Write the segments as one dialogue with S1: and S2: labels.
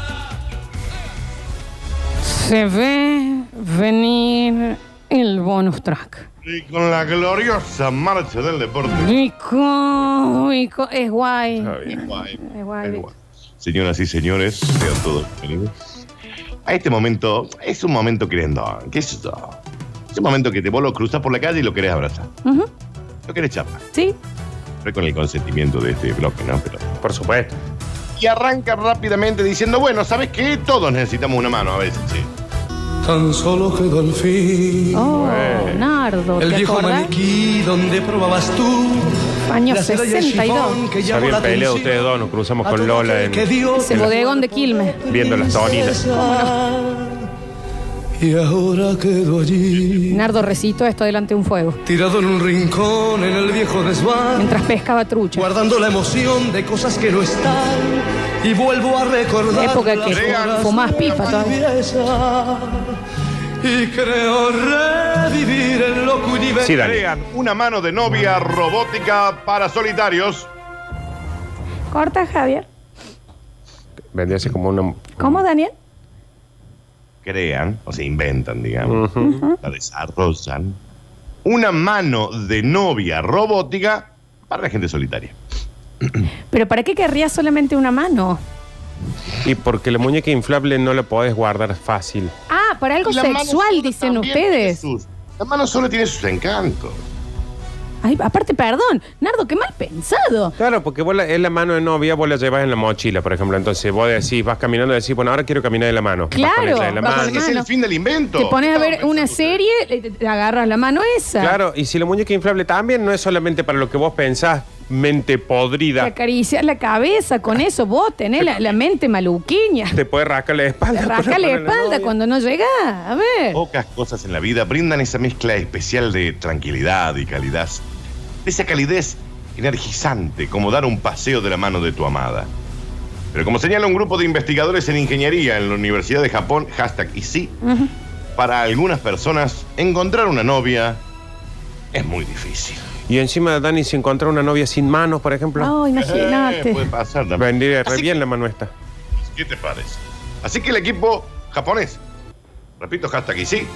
S1: Se ve venir el bonus track.
S2: y con la gloriosa marcha del deporte.
S1: Rico, rico, es guay.
S3: Está bien.
S2: Guay.
S1: Es guay.
S2: Pero bueno. Señoras y señores, sean todos bienvenidos. A este momento, es un momento queriendo, ¿qué es eso? Es un momento que te vos lo cruzas por la calle y lo querés abrazar.
S1: Ujú,
S2: Lo querés chapar.
S1: Sí,
S2: Pero con el consentimiento de este bloque, ¿no? Pero...
S3: Por supuesto.
S2: Y arranca rápidamente diciendo, bueno, ¿sabes qué? Todos necesitamos una mano a veces, sí.
S4: Tan solo quedó el fin.
S1: Oh, Nardo,
S4: El
S1: ¿te
S4: viejo
S1: acordás?
S4: maniquí donde probabas tú.
S1: Año
S4: la seda y el
S1: 62.
S4: chifón que
S3: Está
S4: llamó
S3: bien peleado
S4: la atención
S3: ustedes dos, nos cruzamos
S4: a
S3: con
S4: todo
S3: Lola
S4: aquel
S3: en-
S4: que dio
S1: Ese
S4: la
S1: bodegón de Quilmes.
S3: Viendo las tonitas.
S4: Y ahora quedó allí.
S1: Nardo recitó esto delante de un fuego,
S4: Tirado en un rincón en el viejo desván.
S1: mientras pescaba trucha.
S4: Guardando la emoción de cosas que no están. Y vuelvo a recordar.
S1: Época que
S4: las horas
S1: fumás
S4: de la
S1: pipa todavía.
S4: tibieza. Y creo revivir el loco universo.
S3: Sí, Daniel.
S2: Crean una mano de novia robótica para solitarios.
S1: Corta, Javier.
S3: Vendría a ser como una.
S1: ¿Cómo, Daniel?
S2: Crean, o se inventan, digamos.
S3: Ujú.
S2: La desarrollan. Una mano de novia robótica para la gente solitaria.
S1: ¿Pero para qué querría solamente una mano?
S3: Y porque la muñeca inflable no la podés guardar fácil.
S1: Ah, para algo
S2: Y la mano
S1: sexual,
S2: sola
S1: dicen
S2: también tiene
S1: ustedes.
S2: sus- la mano solo tiene sus encantos.
S1: Ay, aparte, perdón, Nardo, qué mal pensado.
S3: Claro, porque vos la- es la mano de novia, vos la llevas en la mochila, por ejemplo. Entonces vos decís, vas caminando y decís, bueno, ahora quiero caminar de la mano. Vas con
S1: Claro.
S3: ella de la
S1: Vas
S3: mano.
S1: con
S2: Es
S1: mano.
S2: el fin del invento.
S1: Te pones a
S2: Oh, Estaba
S1: ver una
S2: pensando
S1: serie, le- te agarras la mano esa.
S3: Claro, y si la muñeca inflable también no es solamente para lo que vos pensás, mente
S1: Te
S3: podrida.
S1: acaricias la cabeza con eso, vos tenés la, la mente maluquiña.
S3: Te puede rascar la espalda.
S1: Te rasca
S3: con
S1: la
S3: mano de
S1: espalda
S3: novia.
S1: cuando no llegás. A ver.
S2: Pocas cosas en la vida brindan esa mezcla especial de tranquilidad y calidad. De esa calidez energizante, como dar un paseo de la mano de tu amada. Pero como señala un grupo de investigadores en ingeniería en la Universidad de Japón, hashtag y sí, para algunas personas encontrar una novia es muy difícil.
S3: Y encima de Dani, si encontrar una novia sin manos, por ejemplo,
S1: No,
S2: Eh,
S1: imagínate.
S2: puede pasar también.
S3: vendría re
S2: Así
S3: bien la mano esta.
S2: ¿Qué te parece? Así que el equipo japonés, repito, hasta que sí,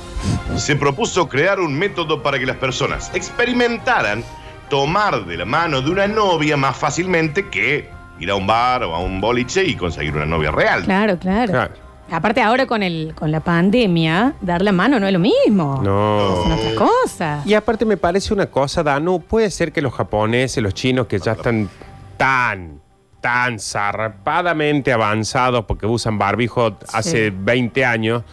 S2: se propuso crear un método para que las personas experimentaran tomar de la mano de una novia más fácilmente que ir a un bar o a un boliche y conseguir una novia real.
S1: Claro, claro,
S3: Claro.
S1: Aparte ahora con el con la pandemia, dar la mano no es lo mismo.
S3: No.
S1: Es una otra cosa.
S3: Y aparte me parece una cosa, Danu, puede ser que los japoneses, los chinos que ya están tan, tan zarpadamente avanzados porque usan barbijo hace 20 años,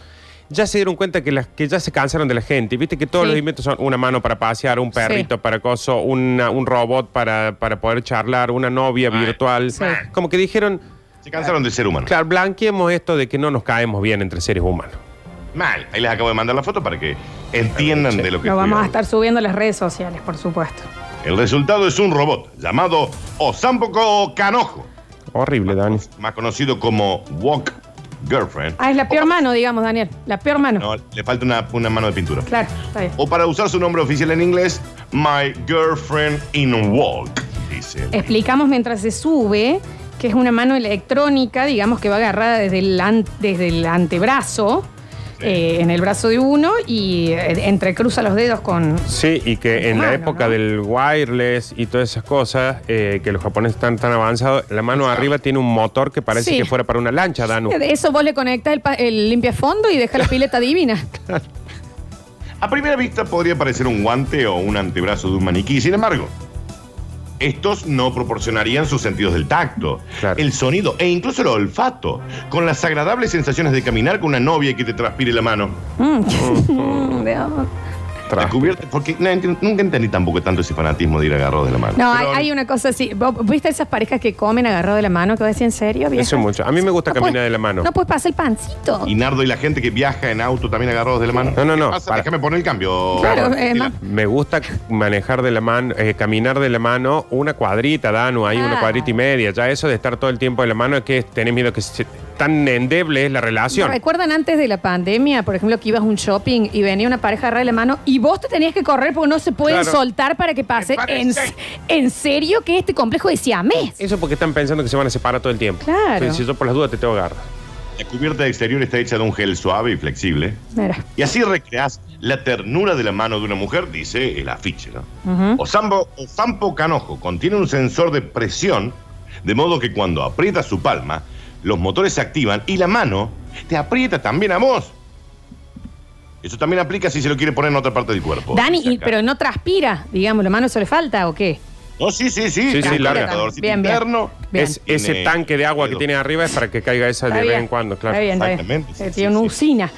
S3: ya se dieron cuenta que, las, que ya se cansaron de la gente. Viste que todos
S1: Sí.
S3: los inventos son una mano para pasear, un perrito para coso, una- un robot para, para poder charlar, una novia virtual.
S1: Sí.
S3: Como que dijeron,
S2: Se cansaron del ser humano.
S3: claro, blanqueemos esto de que no nos caemos bien entre seres humanos.
S2: Mal. Ahí les acabo de mandar la foto para que entiendan de lo que
S1: Lo
S2: estoy
S1: vamos a
S2: hablando.
S1: estar subiendo a las redes sociales, por supuesto.
S2: El resultado es un robot llamado Osampoko Kanojo,
S3: Horrible, Dani.
S2: más conocido como Walk Girlfriend.
S1: Ah, es la peor mano, digamos, Daniel. La peor mano.
S2: No, le falta una, una mano de pintura.
S1: Claro, está bien.
S2: O para usar su nombre oficial en inglés, My Girlfriend in Walk, dice. el-
S1: Explicamos mientras se sube que es una mano electrónica, digamos, que va agarrada desde el, an- desde el antebrazo, eh, en el brazo de uno, y eh, entrecruza los dedos con...
S3: Sí, y que en la
S1: Humano,
S3: época
S1: ¿no?
S3: del wireless y todas esas cosas, eh, que los japoneses están tan avanzados, la mano arriba tiene un motor que parece
S1: Sí.
S3: que fuera para una lancha, Danu.
S1: Eso vos le conectas el, pa- el limpia fondo y deja la pileta divina.
S2: A primera vista podría parecer un guante o un antebrazo de un maniquí, sin embargo, estos no proporcionarían sus sentidos del tacto,
S3: Claro.
S2: el sonido e incluso el olfato, con las agradables sensaciones de caminar con una novia que te transpire la mano.
S1: Mm, Dios.
S2: La cubierta- porque no enti- nunca entendí tampoco tanto ese fanatismo de ir agarrado de la mano.
S1: No, hay,
S2: Pero-
S1: hay una cosa así. ¿Vos- ¿Viste esas parejas que comen agarrado de la mano? Que vos decís, ¿en serio? vieja?
S3: Eso mucho. A mí me gusta
S1: No
S3: caminar
S1: puedes-
S3: de la mano.
S1: No puedes pasar el pancito.
S2: Y Nardo y la gente que viaja en auto también agarrados de la mano.
S3: No, no, no,
S2: ¿Qué pasa?
S3: para.
S2: Déjame poner el cambio.
S1: Claro,
S2: Martila.
S1: es más-
S3: Me gusta manejar de la mano, eh, caminar de la mano una cuadrita, Danu, ahí
S1: Ah.
S3: una cuadrita y media. Ya eso de estar todo el tiempo de la mano es que tenés miedo que se- tan endeble es la relación.
S1: ¿Recuerdan antes de la pandemia, por ejemplo, que ibas a un shopping y venía una pareja agarrada de la mano y vos te tenías que correr porque no se pueden
S3: Claro.
S1: soltar para que pase?
S2: Me
S1: ¿En,
S2: parece.
S1: en serio que este complejo de siamés?
S3: Eso porque están pensando que se van a separar todo el tiempo.
S1: Claro.
S3: Entonces, si yo por las dudas te tengo que agarrar.
S2: La cubierta exterior está hecha de un gel suave y flexible.
S1: Mira.
S2: Y así recreas la ternura de la mano de una mujer, dice el afiche, ¿no? Osambo- Osampo Canojo contiene un sensor de presión, de modo que cuando aprietas su palma, los motores se activan y la mano te aprieta también a vos. Eso también aplica si se lo quiere poner en otra parte del cuerpo.
S1: Dani,
S2: Dice
S1: y-
S2: acá.
S1: pero no transpira, digamos, la mano se le falta o qué?
S2: No, sí, sí, sí.
S3: Sí, sí,
S2: Tiene un
S3: larga.
S2: calentadorcito
S1: Bien, bien.
S2: interno.
S1: Bien.
S3: Es,
S2: Tiene
S3: ese tanque de agua que
S2: dedo.
S3: tiene arriba es para que caiga esa
S1: Está
S3: de vez
S1: bien.
S3: en cuando, claro.
S1: Está bien, está bien.
S2: Exactamente, sí,
S1: Eh,
S2: sí,
S1: Tiene una
S2: sí.
S1: usina.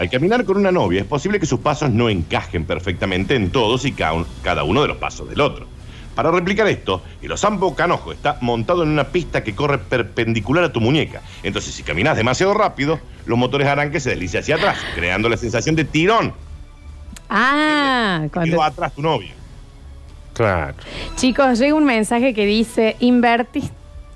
S2: Al caminar con una novia es posible que sus pasos no encajen perfectamente en todos y ca- cada uno de los pasos del otro. Para replicar esto, el osambo canojo está montado en una pista que corre perpendicular a tu muñeca. Entonces, si caminas demasiado rápido, los motores harán que se deslice hacia atrás, creando la sensación de tirón.
S1: Ah, cuando-
S2: Quedó atrás tu novia.
S3: Claro.
S1: Chicos, llega un mensaje que dice, invertí,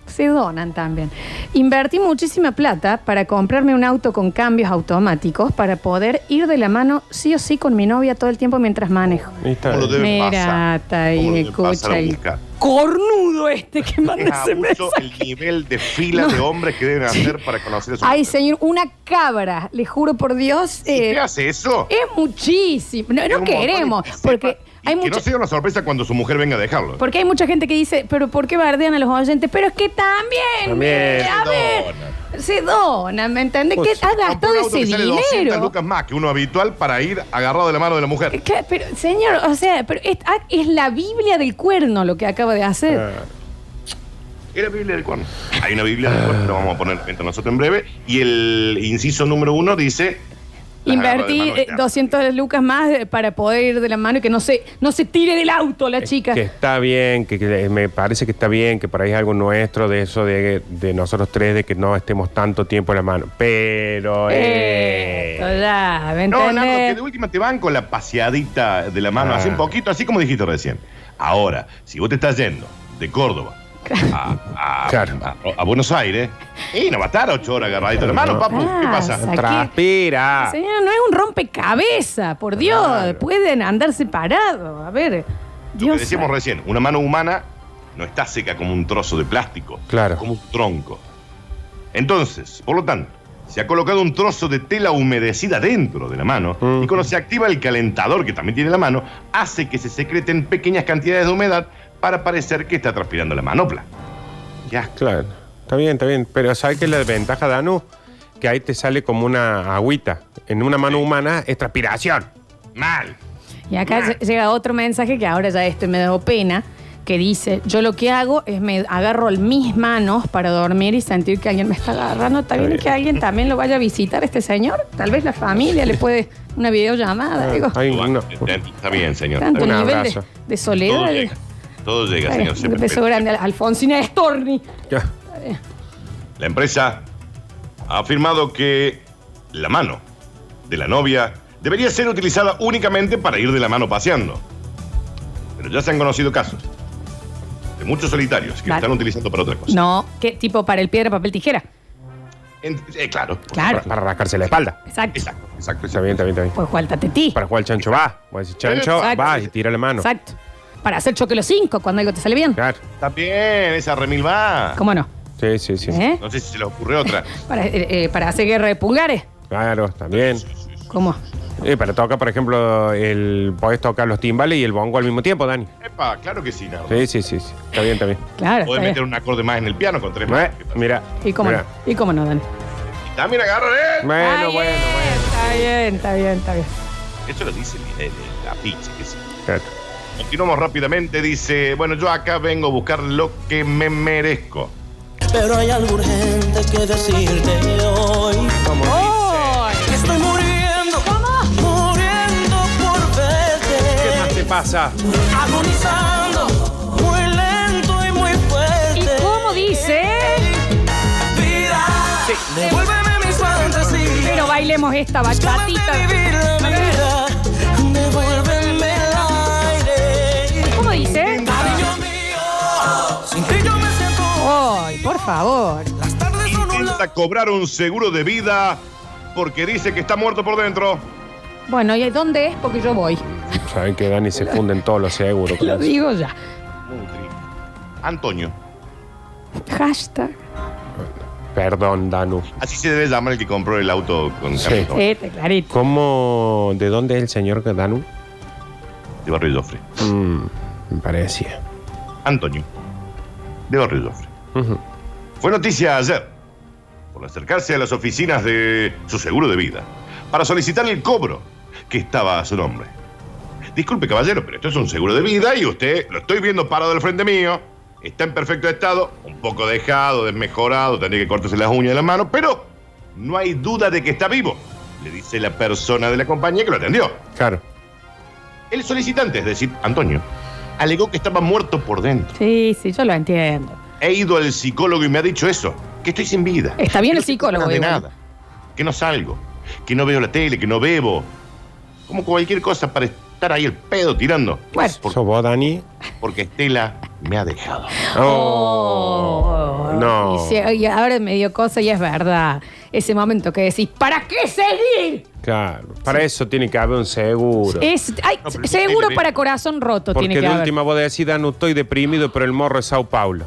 S1: se donan también. Invertí muchísima plata para comprarme un auto con cambios automáticos para poder ir de la mano sí o sí con mi novia todo el tiempo mientras manejo.
S3: Ahí está.
S2: ¿Cómo lo deben
S1: Mira,
S2: Oh, pasar?
S1: está ahí,
S2: ¿Cómo lo deben
S1: escucha
S2: pasar a
S1: ahí.
S2: buscar?
S1: Cornudo este que
S2: Es
S1: manda ese
S2: abuso
S1: mensaje.
S2: el nivel de fila de hombres que deben hacer para conocer a su
S1: Ay,
S2: mujer.
S1: señor, una cabra, le juro por Dios.
S2: ¿Y
S1: eh,
S2: ¿Qué hace eso?
S1: es muchísimo. No, no
S2: Es un montón
S1: queremos,
S2: y que sepa-
S1: porque
S2: y
S1: hay
S2: que
S1: mucha...
S2: no sea una sorpresa cuando su mujer venga a dejarlo.
S1: Porque hay mucha gente que dice, pero ¿por qué bardean a los oyentes? Pero es que también,
S3: También.
S1: mire, a
S2: Se
S1: ver, se donan, ¿me entiendes?
S3: Pues,
S1: Que ha gastado
S2: Compró un auto
S1: ese
S2: que sale 200
S1: dinero.
S2: lucas más que uno habitual para ir agarrado de la mano de la mujer.
S1: Claro, pero señor, o sea, pero es, ah, es la Biblia del cuerno lo que acaba de hacer.
S2: Ah, Era Biblia del cuerno. Hay una Biblia del cuerno, lo vamos a poner entre nosotros en breve. Y el inciso número uno dice... las agarra de
S1: Invertí
S2: mano de
S1: eh,
S2: la-
S1: 200 lucas más eh, para poder ir de la mano y que no se, no se tire del auto la chica.
S3: Que está bien, que, que me parece que está bien, que por ahí es algo nuestro de eso de, de nosotros tres, de que no estemos tanto tiempo en la mano. Pero. eh,
S1: Esto ya, ¿me
S2: No, Nardo, que
S1: entendés?
S2: de última te van con la paseadita de la mano,
S3: Ah.
S2: así un poquito, así como dijiste recién. Ahora, si vos te estás yendo de Córdoba a, a-
S3: Claro.
S2: a- a Buenos Aires, y no va a estar ocho horas agarradito de la mano, papu. ¿Qué pasa?
S1: Pasa, ¿qué?
S3: Transpira.
S1: Señora, no es un rompecabezas, por Dios.
S3: Claro.
S1: Pueden andar separados. A ver.
S2: Lo que
S1: Dios.
S2: decíamos recién, una mano humana no está seca como un trozo de plástico,
S3: Claro.
S2: como un tronco. Entonces, por lo tanto, se ha colocado un trozo de tela humedecida dentro de la mano y cuando se activa el calentador que también tiene la mano, hace que se secreten pequeñas cantidades de humedad para parecer que está transpirando la manopla. Ya,
S3: Claro. Está bien, está bien. Pero ¿sabes qué es la desventaja, Danu? Que ahí te sale como una agüita. En una mano humana es transpiración.
S2: mal.
S1: Y acá lle- llega otro mensaje que ahora ya esto me da pena, que dice, yo lo que hago es me agarro el- mis manos para dormir y sentir que alguien me está agarrando. Está bien que alguien también lo vaya a visitar este señor. Tal vez la familia le puede una videollamada. Digo,
S3: Hay una-
S2: Está bien, señor.
S1: tanto
S3: un
S1: nivel de,
S3: abrazo.
S1: de
S2: Todo
S1: soledad.
S2: llega, todo llega,
S1: Ay,
S2: señor.
S1: un beso grande a Alfonsina Storni.
S3: Ya.
S2: La empresa ha afirmado que la mano de la novia debería ser utilizada únicamente para ir de la mano paseando. Pero ya se han conocido casos de muchos solitarios que lo
S1: Claro.
S2: están utilizando para otra cosa.
S1: No, ¿qué tipo para el piedra, papel, tijera?
S2: En- eh, claro.
S1: Claro.
S3: Para rascarse la espalda.
S1: Exacto.
S2: Exacto, exacto.
S3: Está bien, está bien, está bien.
S1: Pues jugar al tatetí.
S3: Para jugar al chancho va. Vos decís, chancho,
S1: Exacto.
S3: va y tira la mano.
S1: Exacto. Para hacer choque los cinco cuando algo te sale bien.
S3: Claro.
S2: Está bien, esa remil va.
S1: ¿Cómo no?
S3: Sí, sí, sí.
S1: ¿Eh?
S2: No sé si se les ocurre otra.
S1: Para, eh, eh, para hacer guerra de pulgares.
S3: Claro, también.
S1: ¿Cómo?
S3: Eh, pero toca, por ejemplo, el podés tocar los timbales y el bongo al mismo tiempo, Dani.
S2: Epa, claro que sí, Nardo.
S3: Sí, sí, sí. sí. Está bien, está bien.
S1: Claro.
S2: Podés
S1: está
S2: meter
S1: bien.
S2: un acorde más en el piano con tres
S3: Eh,
S2: manos.
S3: Mira.
S1: ¿Y cómo
S3: mira.
S1: no? ¿Y cómo no, Dani?
S2: También agarra, ¿eh?
S3: Bueno,
S1: Está
S3: bueno,
S1: bien,
S3: bueno.
S1: Está bien, está bien, está bien.
S2: Eso lo dice el- el- la pizza. qué sé yo.
S3: Claro.
S2: Continuamos rápidamente. Dice, bueno, yo acá vengo a buscar lo que me merezco.
S5: Pero hay algo urgente que decirte hoy.
S3: Como
S1: ¡Oh!
S5: Estoy muriendo,
S1: ¿Cómo?
S5: muriendo por
S3: dice, ¿qué más te
S5: verte.
S3: pasa?
S5: Agonizando, muy lento y muy fuerte.
S1: ¿Y cómo dice?
S5: Vida, devuélveme mis fantasías.
S1: Pero bailemos esta
S5: Llámame
S1: bachatita.
S5: a vivir la
S1: A ver,
S5: vida, devuélveme el aire.
S1: ¿Cómo dice?
S5: Cariño mío, sin ti yo me siento.
S1: ¡Ay, por favor!
S5: Las tardes son un
S2: Intenta cobrar un seguro de vida porque dice que está muerto por dentro.
S1: Bueno, ¿y dónde es? Porque yo voy.
S3: Saben que Dani se funden todos los seguros.
S1: Lo digo ya.
S2: Muy triste. Antonio.
S1: Hashtag.
S3: Perdón, Danu.
S2: Así se debe llamar el que compró el auto con
S3: Sí.
S2: Carlos
S1: Sí, está este, clarito.
S3: ¿Cómo? ¿De dónde es el señor Danu?
S2: de Barrio Joffre.
S3: Mm, me parecía.
S2: Antonio, de Barrio Joffre.
S3: Ujú.
S2: Fue noticia ayer por acercarse a las oficinas de su seguro de vida para solicitar el cobro que estaba a su nombre. Disculpe, caballero, pero esto es un seguro de vida y usted lo estoy viendo parado del frente mío. Está en perfecto estado, un poco dejado, desmejorado, tendría que cortarse las uñas de la mano, pero no hay duda de que está vivo, le dice la persona de la compañía que lo atendió.
S3: Claro.
S2: El solicitante, es decir, Antonio, alegó que estaba muerto por dentro.
S1: Sí, sí, yo lo entiendo.
S2: He ido al psicólogo y me ha dicho eso, que estoy sin vida.
S1: Está bien
S2: Que
S1: el psicólogo,
S2: No tengo ganas de
S1: igual.
S2: nada, que no salgo, que no veo la tele, que no bebo. Como cualquier cosa para estar ahí el pedo tirando.
S1: Bueno.
S2: Por-
S3: ¿Sos vos, Dani?
S2: porque Estela me ha dejado.
S1: Oh,
S3: no.
S1: Y, se- y ahora me dio cosa y es verdad. Ese momento que decís, ¿para qué seguir?
S3: Claro. Para eso tiene que haber un seguro.
S1: Es, ay,
S2: No, pero-
S1: seguro para corazón roto
S3: Porque
S1: tiene que
S3: de
S1: haber.
S3: última vos decís, Danu, estoy deprimido, pero el morro es Sao Paulo.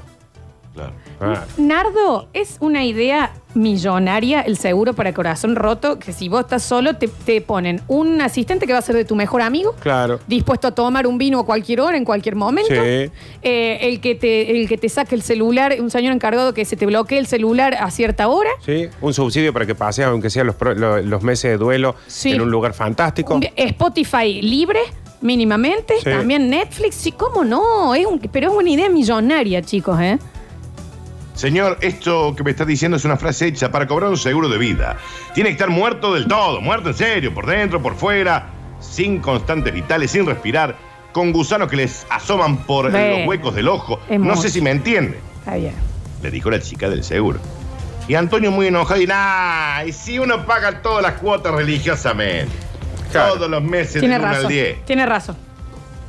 S2: Claro.
S1: Mm.
S3: Ah,
S1: Nardo, es una idea millonaria el seguro para corazón roto, que si vos estás solo te, te ponen un asistente que va a ser de tu mejor amigo,
S3: claro.
S1: dispuesto a tomar un vino a cualquier hora, en cualquier momento.
S3: Sí.
S1: Eh, el, que te, el que te saque el celular, un señor encargado que se te bloquee el celular a cierta hora.
S3: Sí, un subsidio para que pases, aunque sean los, pro- lo- los meses de duelo,
S1: Sí.
S3: en un lugar fantástico.
S1: Un vi- Spotify libre, mínimamente.
S3: Sí.
S1: También Netflix. Sí, cómo no. Es un- pero es una idea millonaria, chicos, ¿eh?
S2: Señor, esto que me está diciendo es una frase hecha para cobrar un seguro de vida. Tiene que estar muerto del todo, muerto en serio, por dentro, por fuera, sin constantes vitales, sin respirar, con gusanos que les asoman por
S1: Ve.
S2: los huecos del ojo.
S1: Es
S2: no
S1: mucho.
S2: sé si me entiende.
S1: Está bien.
S2: le dijo la chica del seguro. Y Antonio muy enojado y nah, y si uno paga todas las cuotas religiosamente,
S3: Claro.
S2: todos los meses
S1: Tiene
S2: del 1 al
S1: razón.
S2: 10.
S1: Tiene razón.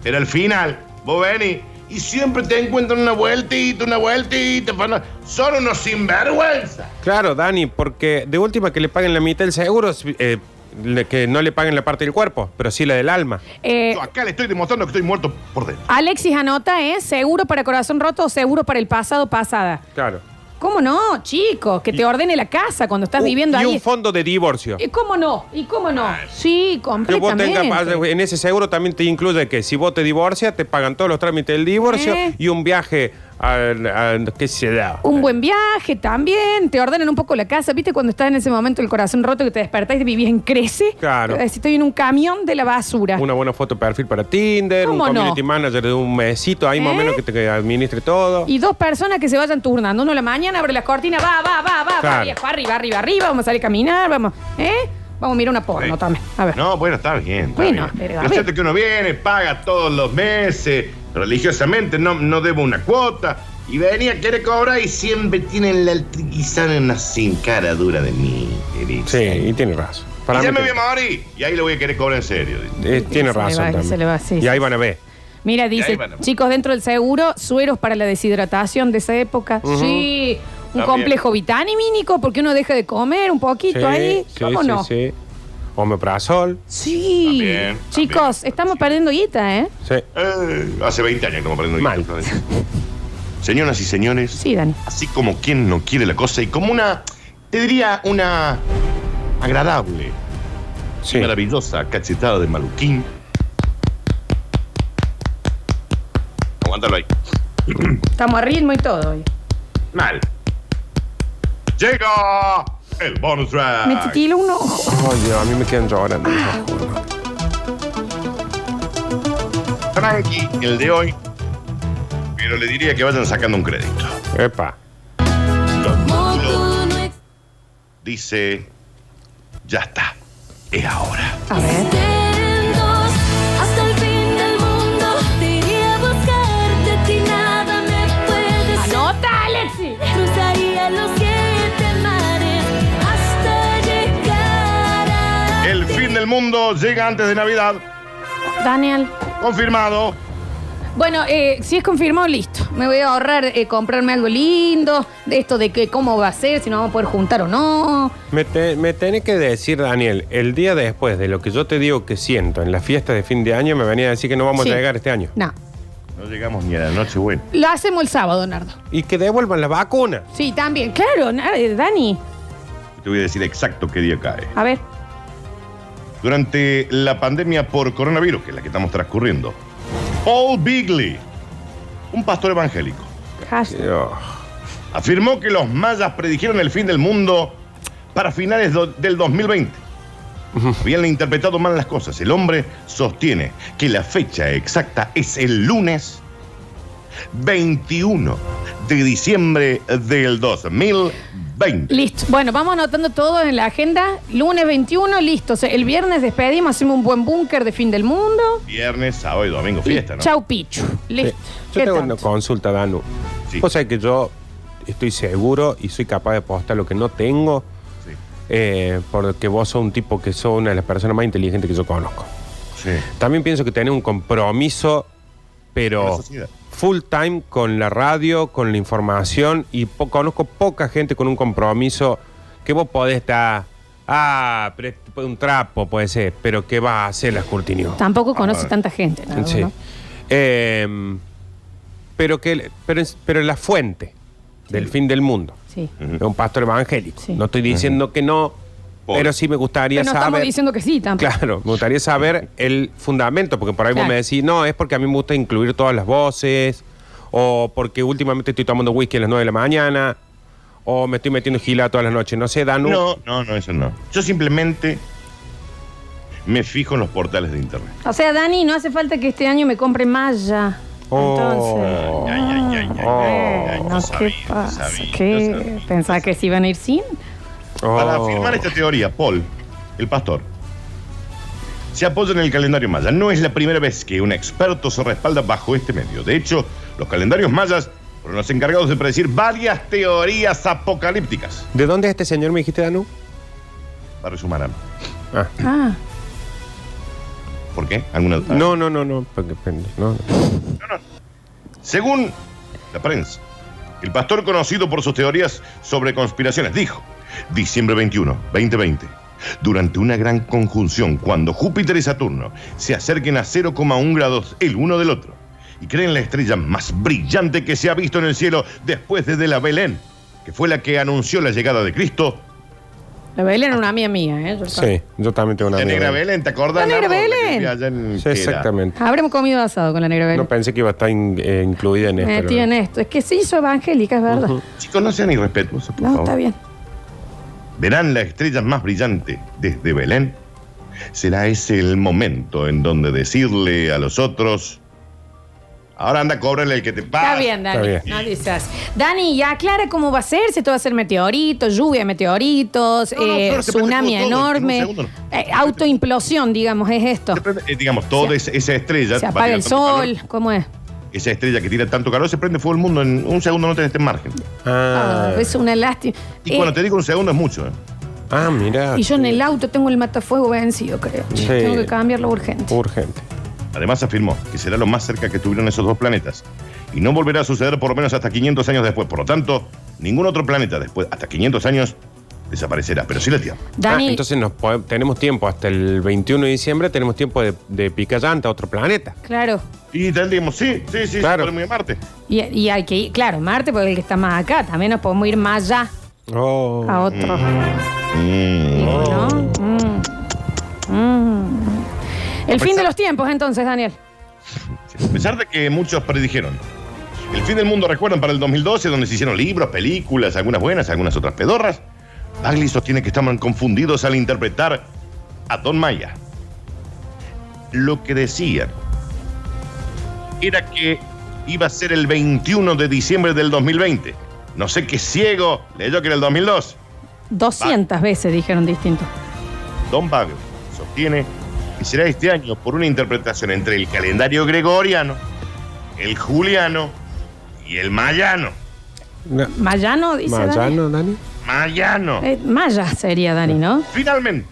S2: Pero al final, vos venís y siempre te encuentran una vueltita, una vueltita, Fernando. son unos sinvergüenza.
S3: Claro, Dani, porque de última que le paguen la mitad del seguro, eh, le- que no le paguen la parte del cuerpo, pero sí la del alma.
S1: Eh,
S2: Yo acá le estoy demostrando que estoy muerto por dentro.
S1: Alexis anota, ¿eh? Seguro para corazón roto o seguro para el pasado, pasada.
S3: Claro.
S1: ¿Cómo no, chicos? Que te ordene la casa cuando estás
S3: Un-
S1: viviendo
S3: y
S1: ahí.
S3: un fondo de divorcio.
S1: ¿Y cómo no? ¿Y cómo no? Sí,
S3: Que vos
S1: completamente.
S3: tengas, en ese seguro también te incluye que si vos te divorcias, te pagan todos los trámites del divorcio
S1: Eh.
S3: y un viaje al, al- qué se da.
S1: Un buen viaje también, te ordenan un poco la casa, ¿viste? Cuando estás en ese momento el corazón roto que te despertás y te vivís en crece.
S3: Claro.
S1: Eh, si estoy en un camión de la basura.
S3: Una buena foto de perfil para Tinder, un
S1: ¿Cómo no?
S3: community manager de un mesito ahí más o
S1: ¿Eh?
S3: menos que te que administre todo.
S1: Y dos personas que se vayan turnando. Uno a la mañana abre las cortinas, va, va, va, va, va,
S3: Claro.
S1: viejo, arriba, arriba, arriba, vamos a salir a caminar, vamos, ¿eh? Vamos a mirar una porno
S2: Sí.
S1: también. A ver.
S2: No, bueno, está bien. está
S1: Bueno,
S2: bien.
S1: pero a
S2: Lo
S1: ver.
S2: cierto es que uno viene, paga todos los meses, religiosamente, no, no debo una cuota. Y venía, quiere cobrar y siempre tienen la guisana en la sin cara dura de mí. querido.
S3: Sí, y tiene razón. Para
S2: Y ya
S3: mí
S2: me voy
S3: que-
S2: a morir. Y ahí lo voy a querer cobrar en serio. dice.
S3: eh, tiene
S1: Se le
S3: razón
S1: va,
S3: también.
S1: se le va, sí,
S3: y
S1: sí,
S3: ahí van a ver.
S1: Mira, dice,
S2: ahí van a-
S1: chicos, dentro del seguro, sueros para la deshidratación de esa época. Sí. Un
S2: También.
S1: complejo vitamínico porque uno deja de comer un poquito
S3: Sí,
S1: ahí.
S3: sí,
S1: ¿Cómo
S3: sí,
S1: no?
S3: sí. Omeprazol.
S1: Sí.
S2: También,
S1: Chicos,
S2: también.
S1: estamos perdiendo guita, ¿¿eh?
S3: Sí.
S2: Eh, hace 20 años que no me aprendo
S3: Mal.
S2: guitarra. Señoras y señores,
S1: Sí, Dani.
S2: así como quien no quiere la cosa y como una, te diría una agradable
S3: sí.
S2: maravillosa cachetada de maluquín. Aguántalo ahí.
S1: Estamos a ritmo y todo. hoy.
S2: Mal. Llega el bonus track.
S1: Me titiló un ojo. Ah.
S3: Ay, Dios, a mí me quedan llorando.
S2: tranqui el de hoy, pero le diría que vayan sacando un crédito.
S3: Epa.
S2: Dice, ya está, es ahora.
S1: A ver.
S6: Hasta el fin del mundo te iría a buscar de ti nada me puedes
S1: ¡Anota, Alexi!
S6: cruzaría los siete mares hasta llegar a
S2: El fin del mundo llega antes de Navidad,
S1: Daniel.
S2: confirmado.
S1: Bueno, eh, si es confirmado, listo. Me voy a ahorrar eh, comprarme algo lindo, de esto de que cómo va a ser, si nos vamos a poder juntar o no.
S3: Me, te- me tenés que decir, Daniel, el día después de lo que yo te digo que siento en la fiesta de fin de año, me venía a decir que no vamos
S1: Sí.
S3: a llegar este año.
S1: No.
S2: No llegamos ni a la noche buena.
S1: Lo hacemos el sábado, Nardo.
S3: Y que devuelvan la vacuna.
S1: Sí, también. Claro, Nar- eh, Dani.
S2: Te voy a decir exacto qué día cae.
S1: A ver.
S2: Durante la pandemia por coronavirus, que es la que estamos transcurriendo, Paul Bigley, un pastor evangélico,
S1: Hashtag.
S3: Dios.
S2: afirmó que los mayas predijeron el fin del mundo para finales do- del 2020. Habían interpretado mal las cosas. El hombre sostiene que la fecha exacta es el lunes 21 de diciembre del 2020.
S1: Listo. Bueno, vamos anotando todo en la agenda. Lunes 21, listo. O sea, el viernes despedimos, hacemos un buen búnker de fin del mundo.
S2: Viernes, sábado y domingo, fiesta,
S1: Y
S2: ¿no?
S1: Chau, Pichu. Listo.
S3: Yo
S1: ¿Qué
S3: tengo
S1: tanto?
S3: una consulta, Danu.
S2: Sí.
S3: Cosa que yo estoy seguro y soy capaz de apostar lo que no tengo,
S2: Sí,
S3: eh, porque vos sos un tipo que sos una de las personas más inteligentes que yo conozco.
S2: sí.
S3: También pienso que tenés un compromiso,
S2: Con la
S3: pero
S2: sociedad.
S3: full time con la radio, con la información, y po- conozco poca gente con un compromiso que vos podés estar. Ah, pero este puede- un trapo puede ser, pero ¿qué va a hacer la escrutinio?
S1: Tampoco conoce
S2: ver.
S1: tanta gente, Nardo,
S3: Ah, Sí.
S1: ¿no?
S3: Eh, pero, que, pero, es- pero la fuente del fin del mundo.
S1: Sí.
S3: Es un pastor evangélico.
S1: Sí.
S3: No estoy diciendo que no,
S2: Por-
S3: pero sí me gustaría
S1: Pero no estamos
S3: saber.
S1: diciendo que sí tampoco.
S3: Claro, me gustaría saber el fundamento, porque por ahí
S1: Claro.
S3: vos me decís, no, es porque a mí me gusta incluir todas las voces, o porque últimamente estoy tomando whisky a las 9 de la mañana, o me estoy metiendo gila todas las noches. No sé, Danu.
S2: No, no, no, eso no. Yo simplemente me fijo en los portales de internet.
S1: O sea, Dani, no hace falta que este año me compre malla.
S3: Oh.
S1: Entonces.
S2: Ay, ay, ay, ay, ay, ay,
S1: Eh,
S2: ay, yo
S1: no,
S2: sabía,
S1: ¿qué
S2: yo
S1: pasa?
S2: sabía, yo
S1: ¿Qué?
S2: sabía.
S1: ¿Pensás que se iban a ir sin?
S3: Oh.
S2: Para afirmar esta teoría, Paul, el pastor, se apoya en el calendario maya. No es la primera vez que un experto se respalda bajo este medio. De hecho, los calendarios mayas fueron los encargados de predecir varias teorías apocalípticas.
S3: ¿De dónde es este señor, me dijiste, Danu?
S2: Para resumir,
S3: Ah.
S1: Ah,
S2: ¿por qué? ¿Alguna duda?
S3: No, no, no, no. porque- no, no.
S2: Según la prensa, el pastor conocido por sus teorías sobre conspiraciones dijo, diciembre 21, 2020, durante una gran conjunción, cuando Júpiter y Saturno se acerquen a 0,1 grados el uno del otro y creen la estrella más brillante que se ha visto en el cielo después de la Belén, que fue la que anunció la llegada de Cristo.
S1: la Belén era una amiga mía, ¿eh? Yo
S3: Sí, yo también tengo una
S2: La
S3: amiga.
S2: negra Belén, ¿te acordás?
S1: La negra
S2: Nardo? que
S1: Belén.
S2: vivía allá en-
S3: Sí,
S2: que era-
S3: exactamente.
S1: estaba- Habremos comido asado con la negra Belén.
S3: No pensé que iba a estar in- eh, incluida en esto.
S1: Metida en esto. Es que se hizo evangélica, es verdad.
S2: Chicos, no sean irrespetuosos, por
S1: No,
S2: favor.
S3: Oh.
S1: está bien.
S2: verán la estrella más brillante desde Belén, será ese el momento en donde decirle a los otros, ahora anda, cóbrale el que te paga.
S1: Está bien, Dani.
S3: Ah, está bien.
S1: No dices. Dani, ya aclara cómo va a ser, si esto va a ser meteorito, lluvia de meteoritos,
S2: No, no,
S1: eh,
S2: pero de repente
S1: tsunami
S2: todo, todo,
S1: enorme,
S2: en un segundo.
S1: eh, autoimplosión, digamos, es esto.
S2: Se prende- eh, digamos, toda esa, esa estrella.
S1: Se
S2: va
S1: apaga
S2: tirando
S1: el
S2: tanto calor,
S1: sol, ¿cómo es?
S2: esa estrella que tira tanto calor, se prende fuego el mundo. En un segundo no tenés este margen.
S3: Ah,
S1: Ah, es una lástima.
S2: Y
S1: Eh,
S2: cuando te digo un segundo es mucho. ¿eh?
S3: ah, mira.
S1: y yo en el auto tengo el matafuego vencido, creo.
S3: Sí.
S1: Tengo que cambiarlo urgente.
S3: Urgente.
S2: Además afirmó que será lo más cerca que estuvieron esos dos planetas. Y no volverá a suceder por lo menos hasta 500 años después. Por lo tanto, ningún otro planeta después, hasta 500 años, desaparecerá. Pero sí la Tierra.
S1: Dani,
S3: Ah, entonces nos pode- tenemos tiempo hasta el 21 de diciembre, tenemos tiempo de, de picar llanta a otro planeta.
S1: claro.
S2: Y tendríamos, sí, sí, sí,
S3: Claro.
S2: sí, muy Marte.
S1: Y, y hay que ir, claro, Marte, porque el que está más acá, también nos podemos ir más allá
S3: Oh.
S1: a otro.
S2: Mm.
S1: ¿no? Mm. Mm. El fin de los tiempos, entonces, Daniel.
S2: A pesar de que muchos predijeron. El fin del mundo, recuerdan, para el 2012, donde se hicieron libros, películas, algunas buenas, algunas otras pedorras. Bagley sostiene que estaban confundidos al interpretar a Don Maya. Lo que decían era que iba a ser el 21 de diciembre del 2020. No sé qué ciego leyó que era el 2002.
S1: 200 veces dijeron distinto.
S2: Don Bagel sostiene que será este año por una interpretación entre el calendario gregoriano, el juliano y el mayano.
S3: No.
S1: Mayano, dice Dani.
S3: Mayano, Dani.
S2: Mayano.
S1: Eh, Maya sería Dani, ¿no?
S2: Finalmente,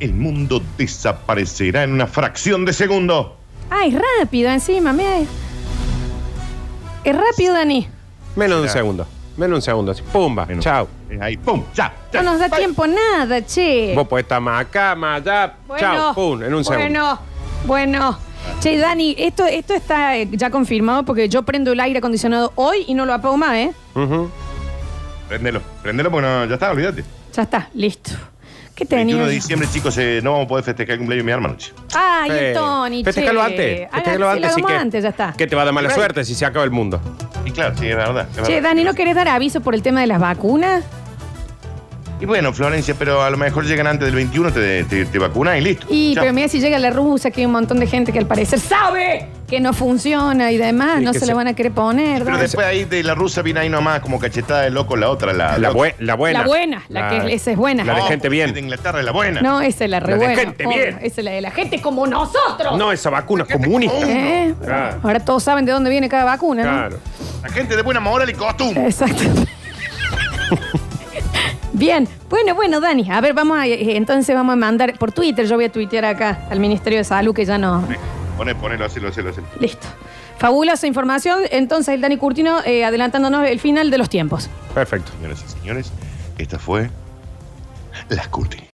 S2: el mundo desaparecerá en una fracción de segundo.
S1: Ay, rápido encima, mira. ahí. Es rápido, Dani.
S3: Menos de un
S2: Ya.
S3: segundo. Menos de un segundo. Así, pumba.
S2: Menos.
S3: Chao.
S2: Es ahí, pum, ya. ya,
S1: No nos da
S2: bye.
S1: tiempo nada, che.
S3: Vos podés estar más acá, más allá. Chao. Pum. En un segundo.
S1: Bueno, bueno. Che, Dani, esto, esto está eh, ya confirmado porque yo prendo el aire acondicionado hoy y no lo apago más, ¿eh?
S3: Ujú.
S2: Prendelo, prendelo porque no, ya está, olvídate.
S1: Ya está, listo. ¿Qué
S2: 21 de
S1: tenías?
S2: diciembre, chicos, eh, no vamos a poder festejar el cumpleaños de mi hermano. che.
S1: Ay,
S3: Sí.
S1: el Tony, che.
S3: Festejalo antes.
S1: Haga-
S3: Festejalo
S1: sí, lo
S3: antes. sí
S1: hagamos
S3: que,
S1: antes, ya está.
S3: Que te va a dar mala
S2: Ven.
S3: suerte si se acaba el mundo.
S2: Y claro, sí, es verdad. es
S1: Che,
S2: verdad.
S1: Dani, ¿no querés dar aviso por el tema de las vacunas?
S2: Y bueno, Florencia, pero a lo mejor llegan antes del 21, te, te, te vacunas y listo.
S1: Y,
S2: Chao.
S1: pero mira, si llega la rusa, que hay un montón de gente que al parecer sabe que no funciona y demás,
S3: Sí,
S1: no
S3: que
S1: se,
S3: se-
S1: la van a querer poner.
S2: Pero
S1: Dani.
S2: después ahí de la rusa viene ahí nomás como cachetada de loco la otra, la, Oh.
S3: La, bue- la buena.
S1: La buena, la que- esa es buena.
S3: La de
S2: No,
S3: gente
S2: De
S3: bien.
S2: Inglaterra es la buena.
S1: No, esa es la re
S3: La de
S1: buena,
S3: gente
S1: obvio.
S3: bien.
S1: Esa es la de la gente como nosotros.
S3: No, esa vacuna comunista.
S1: ¿Eh?
S3: Claro.
S1: Ahora todos saben de dónde viene cada vacuna, ¿no?
S3: Claro.
S2: La gente de buena moral y costumbre.
S1: Exacto. Bien, bueno, bueno, Dani, a ver, vamos a, eh, entonces vamos a mandar por Twitter, yo voy a tuitear acá al Ministerio de Salud que ya no.
S2: Poné, ponelo, hacelo, hacelo, hacelo.
S1: Listo. Fabulosa información, entonces el Dani Curtino eh, adelantándonos el final de los tiempos.
S3: Perfecto.
S2: Señoras y señores, esta fue Las Curti.